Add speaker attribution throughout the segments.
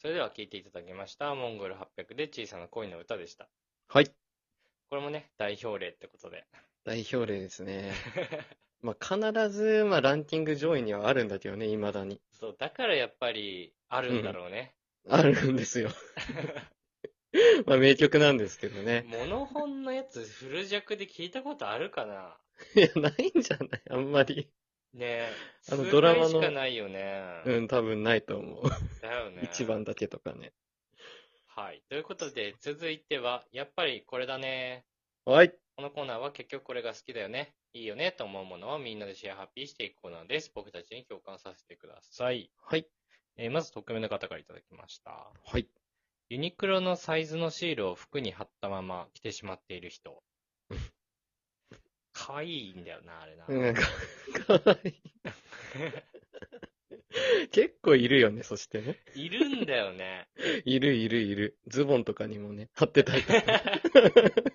Speaker 1: それでは聴いていただきました、モンゴル800で小さな恋の歌でした。
Speaker 2: はい。
Speaker 1: これもね、代表例ってことで。
Speaker 2: 代表例です ね。まあ、必ず、まあ、ランキング上位にはあるんだけどね、未だに。
Speaker 1: そう、だからやっぱり、あるんだろうね。
Speaker 2: うん、あるん ですよ。まあ、名曲なんですけどね。
Speaker 1: モノホンのやつ、フル弱で聞いたことあるかない
Speaker 2: や、ないんじゃないあんまり。
Speaker 1: ねえ。あの、ドラマの。しかないよね。
Speaker 2: うん、多分ないと思う。
Speaker 1: だよね。
Speaker 2: 一番だけとかね。
Speaker 1: はい。ということで、続いては、やっぱりこれだね。
Speaker 2: はい。
Speaker 1: このコーナーは結局これが好きだよね。いいよねと思うものはみんなでシェアハッピーしていくコーナーです。僕たちに共感させてください。
Speaker 2: はい。
Speaker 1: えー、まず、匿名の方からいただきました。
Speaker 2: はい。
Speaker 1: ユニクロのサイズのシールを服に貼ったまま着てしまっている人。 かわいいんだよな、あれな。
Speaker 2: うん、かか わいい。結構いるよね、そしてね。
Speaker 1: いるんだよね。
Speaker 2: いるいるいる。ズボンとかにもね、貼ってたり、 ね。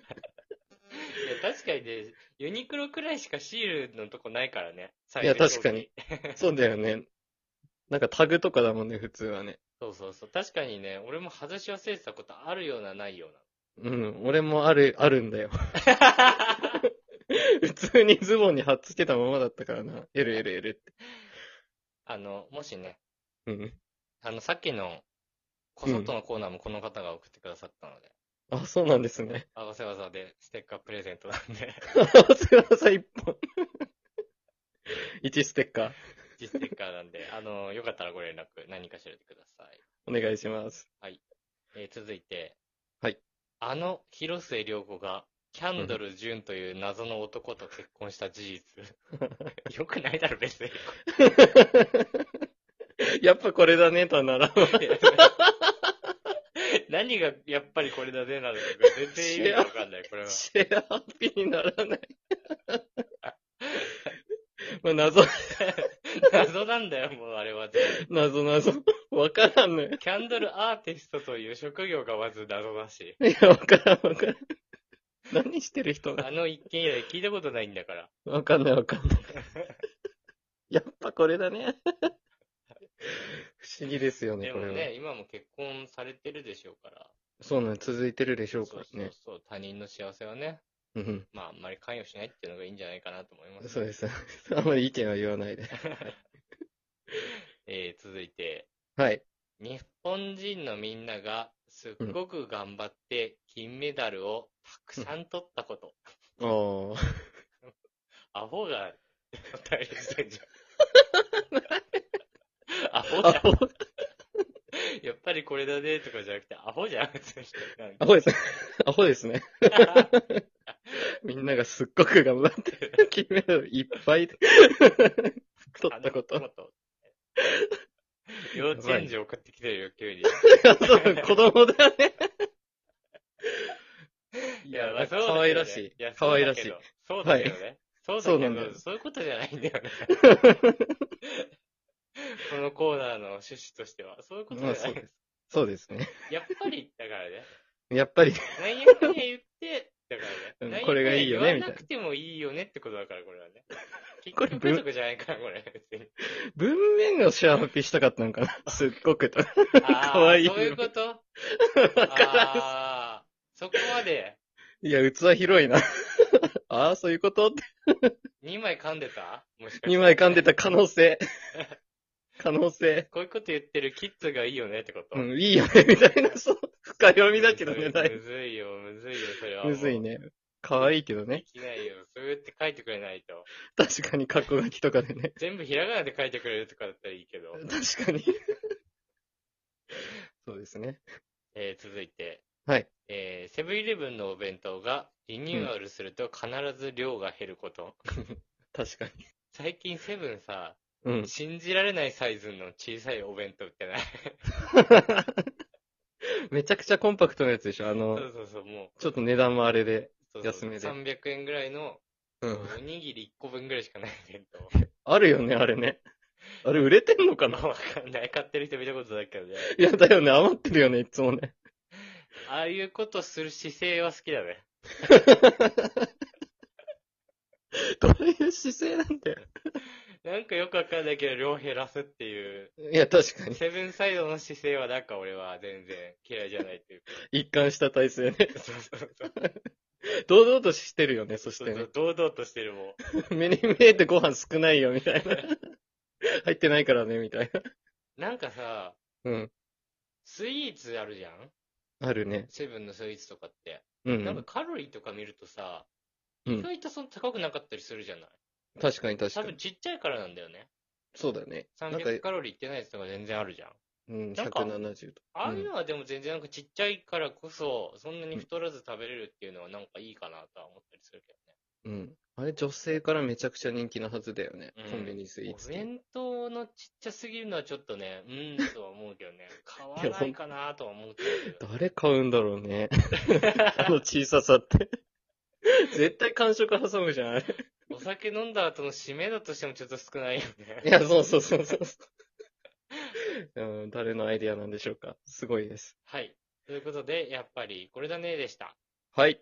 Speaker 1: いや、確かにね、ユニクロくらいしかシールのとこないからね。
Speaker 2: いや、確かに。そうだよね。なんかタグとかだもんね、普通はね。
Speaker 1: そうそうそう。確かにね、俺も外し忘れてたことあるような、ないよ
Speaker 2: うな。うん、俺もある、あるんだよ。 普通にズボンに貼っつけたままだったからな。エルエルエルって。
Speaker 1: あの、もしね、
Speaker 2: うん。
Speaker 1: あの、さっきの、こそっとのコーナーもこの方が送ってくださったので。うん
Speaker 2: あ、そうなんですね。
Speaker 1: 合わせ技でステッカープレゼントなんで。
Speaker 2: 合わせ技1本。1ステッカー。
Speaker 1: 1ステッカーなんで、あの、よかったらご連絡何かしらでください。
Speaker 2: お願いします。
Speaker 1: はい。えー、続いて。
Speaker 2: はい。
Speaker 1: あの、広末涼子が、キャンドル・ジュンという謎の男と結婚した事実。 よくないだろ、別に。
Speaker 2: やっぱこれだね、となら。
Speaker 1: 何がやっぱりこれだぜなのか全然意味がわかんない、これは。
Speaker 2: シェアハッピーにならない まあ、謎。
Speaker 1: 謎なんだよ、もうあれは。
Speaker 2: 謎謎。わからんのよ。
Speaker 1: キャンドルアーティストという職業がまず謎だし。
Speaker 2: いや、わからんわからん。何してる人
Speaker 1: が。あの一件以来聞いたことないんだから。
Speaker 2: わかんないわかんない。 やっぱこれだね。 不思議ですよね、
Speaker 1: でもね、今も結婚されてるでしょうから。
Speaker 2: そうなの、続いてるでしょうからね。
Speaker 1: そうそう他人の幸せはね、
Speaker 2: うん。
Speaker 1: まあ、あんまり関与しないっていうのがいいんじゃないかなと思います、ね、
Speaker 2: そうです。あんまり意見は言わないで。
Speaker 1: えー、続いて。
Speaker 2: はい。
Speaker 1: 日本人のみんながすっごく頑張って金メダルをたくさん取ったこと。
Speaker 2: うん、お ー。
Speaker 1: アホが大変してん じゃん。アホじゃん。やっぱりこれだねとかじゃなくて、アホじ ゃん。
Speaker 2: アホです ね。アホですね。みんながすっごく頑張って、 金メダルいっぱ い取っ たこと。 こと
Speaker 1: 幼稚園児送ってきてるよ、急に。
Speaker 2: そう、子供だよね。
Speaker 1: いや、まあ、
Speaker 2: そう可愛らしい。可愛らしい。
Speaker 1: そうだけどね。そうだけど、ね、そういうことじゃないんだよね。このコーナーの趣旨としては、そう いうことじゃないです。
Speaker 2: そうですね。
Speaker 1: やっぱり、だからね。
Speaker 2: やっぱり。
Speaker 1: 何やかんや言って、だからね。
Speaker 2: これがいいよね、みたい
Speaker 1: な。言わなくてもいいよねってことだから、これはね。結局家族じゃないから、これ。 別に。
Speaker 2: 文面がシャーピしたかったのかな。 すっごくと。かわいい。
Speaker 1: そういうことああ、そこまで。。
Speaker 2: いや、器広いな。 ああ、そういうことって
Speaker 1: 2枚噛んでたもしかして。
Speaker 2: 2枚噛んでた可能性。 可能性。
Speaker 1: こういうこと言ってるキッズがいいよねってこと
Speaker 2: うん、いいよね、みたいな、そう、深読みだけどね、
Speaker 1: だいむずいよ、むずいよ、それは。
Speaker 2: むずいね。可愛いけどね。
Speaker 1: できないよ。そうやって書いてくれないと。
Speaker 2: 確かに、カッコ書きとかでね。
Speaker 1: 全部ひらがなで書いてくれるとかだったらいいけど。
Speaker 2: 確かに。 そうですね。
Speaker 1: えー、続いて。
Speaker 2: はい。
Speaker 1: えー、セブンイレブンのお弁当がリニューアルすると必ず量が減ること。
Speaker 2: うん、確かに。
Speaker 1: 最近セブンさ、
Speaker 2: うん、
Speaker 1: 信じられないサイズの小さいお弁当売ってない
Speaker 2: めちゃくちゃコンパクトなやつでしょあの、
Speaker 1: そうそうそう、も
Speaker 2: う。ちょっと値段もあれで、安めで。そう
Speaker 1: そう300円ぐらいの、
Speaker 2: うん、
Speaker 1: おにぎり1個分ぐらいしかない 弁当。
Speaker 2: あるよね、あれね。あれ売れてんのかな
Speaker 1: わかんない。買ってる人見たことないけどね。
Speaker 2: いや、だよね、余ってるよね、いつもね。
Speaker 1: ああいうことする姿勢は好きだね。
Speaker 2: どういう姿勢なんだよ。
Speaker 1: なんかよくわかんないけど、量減らすっていう、
Speaker 2: いや、確かに。
Speaker 1: セブンサイドの姿勢はなんか俺は全然嫌いじゃないっていう か。
Speaker 2: 一貫した体制ね。
Speaker 1: そうそうそう。
Speaker 2: 堂々としてるよね、そし
Speaker 1: そ
Speaker 2: て
Speaker 1: う
Speaker 2: ね。
Speaker 1: そう堂々としてるもん。
Speaker 2: 目に見えてご飯少ないよ、みたいな。入ってないからね、みたいな。
Speaker 1: なんかさ、
Speaker 2: うん。
Speaker 1: スイーツあるじゃん
Speaker 2: あるね。
Speaker 1: セブンのスイーツとかって。
Speaker 2: う
Speaker 1: なんか
Speaker 2: ん。
Speaker 1: カロリーとか見るとさ、
Speaker 2: うん
Speaker 1: 意外とそんな高くなかったりするじゃない
Speaker 2: 確かに確
Speaker 1: 多
Speaker 2: か
Speaker 1: 分
Speaker 2: に。
Speaker 1: ちっちゃいからなんだよね。
Speaker 2: そうだね。なんか、
Speaker 1: 300カロリーいってないやつとか全然あるじゃん。
Speaker 2: うん、
Speaker 1: なんか
Speaker 2: 170と。
Speaker 1: ああいうのはでも全然なんかちっちゃいからこそ、そんなに太らず食べれるっていうのはなんかいいかなとは思ったりするけ
Speaker 2: うん。あれ、女性からめちゃくちゃ人気なはずだよね
Speaker 1: う。ん
Speaker 2: コンビニス
Speaker 1: ど
Speaker 2: イ
Speaker 1: ね
Speaker 2: ー。
Speaker 1: お
Speaker 2: ツって。
Speaker 1: 弁当のちっちゃすぎるのはちょっとね、うーんとは思うけど ね、買わないかなとは思うけど。
Speaker 2: 誰買うんだろうね。 あの小ささって。絶対感触挟むじゃん、あれ。
Speaker 1: お酒飲んだ後の締めだとしてもちょっと少ないよ
Speaker 2: い
Speaker 1: ね。
Speaker 2: や、そうそうそうそうそう。うん、誰のアイディアなんでしょうか。すごいです。
Speaker 1: はい。ということで、やっぱりこれだねでした。
Speaker 2: はい。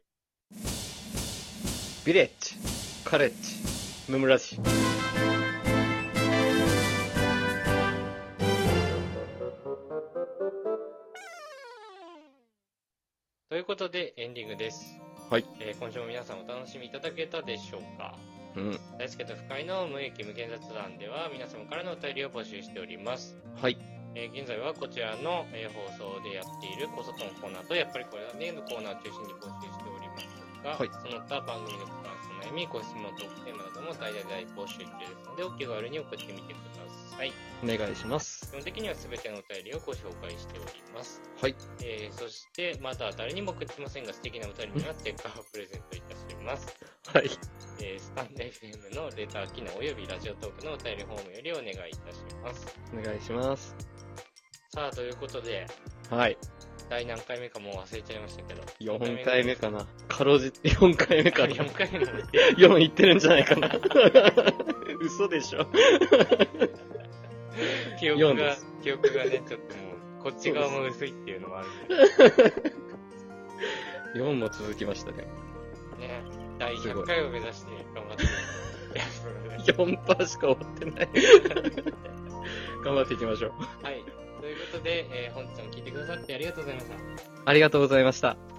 Speaker 2: ビレッジ、カレッジ、ムムラジ。
Speaker 1: ということで、エンディングです。
Speaker 2: はい。
Speaker 1: えー今週も皆さんお楽しみいただけたでしょうか
Speaker 2: うん。
Speaker 1: 大輔と深井の無益無限雑談では皆様からのお便りを募集しております。
Speaker 2: はい。
Speaker 1: えー現在はこちらの、えー放送でやっているコソトンコーナーとやっぱりこれはねのコーナーを中心に募集しておりますが、
Speaker 2: はい
Speaker 1: その他番組のご感想、悩み、ご質問、トークテーマなども大々大募集中ですので、お気軽に送ってみてください。
Speaker 2: お願いします
Speaker 1: 基。本的には全てのお便りをご紹介しております。
Speaker 2: はい。
Speaker 1: えーそして、まだ誰にも送ってませんが、素敵なお便りにはステッカーをプレゼントいたします。
Speaker 2: はい。
Speaker 1: えースタンド FM のレター機能およびラジオトークのお便りフォームよりお願いいたします。
Speaker 2: お願いします。
Speaker 1: さあ、ということで、
Speaker 2: はい。
Speaker 1: 第何回目かもう忘れちゃいましたけど。
Speaker 2: 4回目かな。かろうじて4回目
Speaker 1: あ
Speaker 2: かな。
Speaker 1: 4回目なんで
Speaker 2: 4いってるんじゃないかな。 嘘でしょ。
Speaker 1: 記憶
Speaker 2: 4で
Speaker 1: が
Speaker 2: す、
Speaker 1: 記憶がね、ちょっともう、こっち側も薄いっていうのもあるんで
Speaker 2: 4も続きましたね。
Speaker 1: ね。第
Speaker 2: すご
Speaker 1: 100
Speaker 2: い
Speaker 1: 回を目指して頑張って。いやそうだ ね
Speaker 2: 4パーしか終わってない。 頑張っていきましょう。
Speaker 1: はい。ということで、えー本日も聞いてくださってありがとうございました。
Speaker 2: ありがとうございました。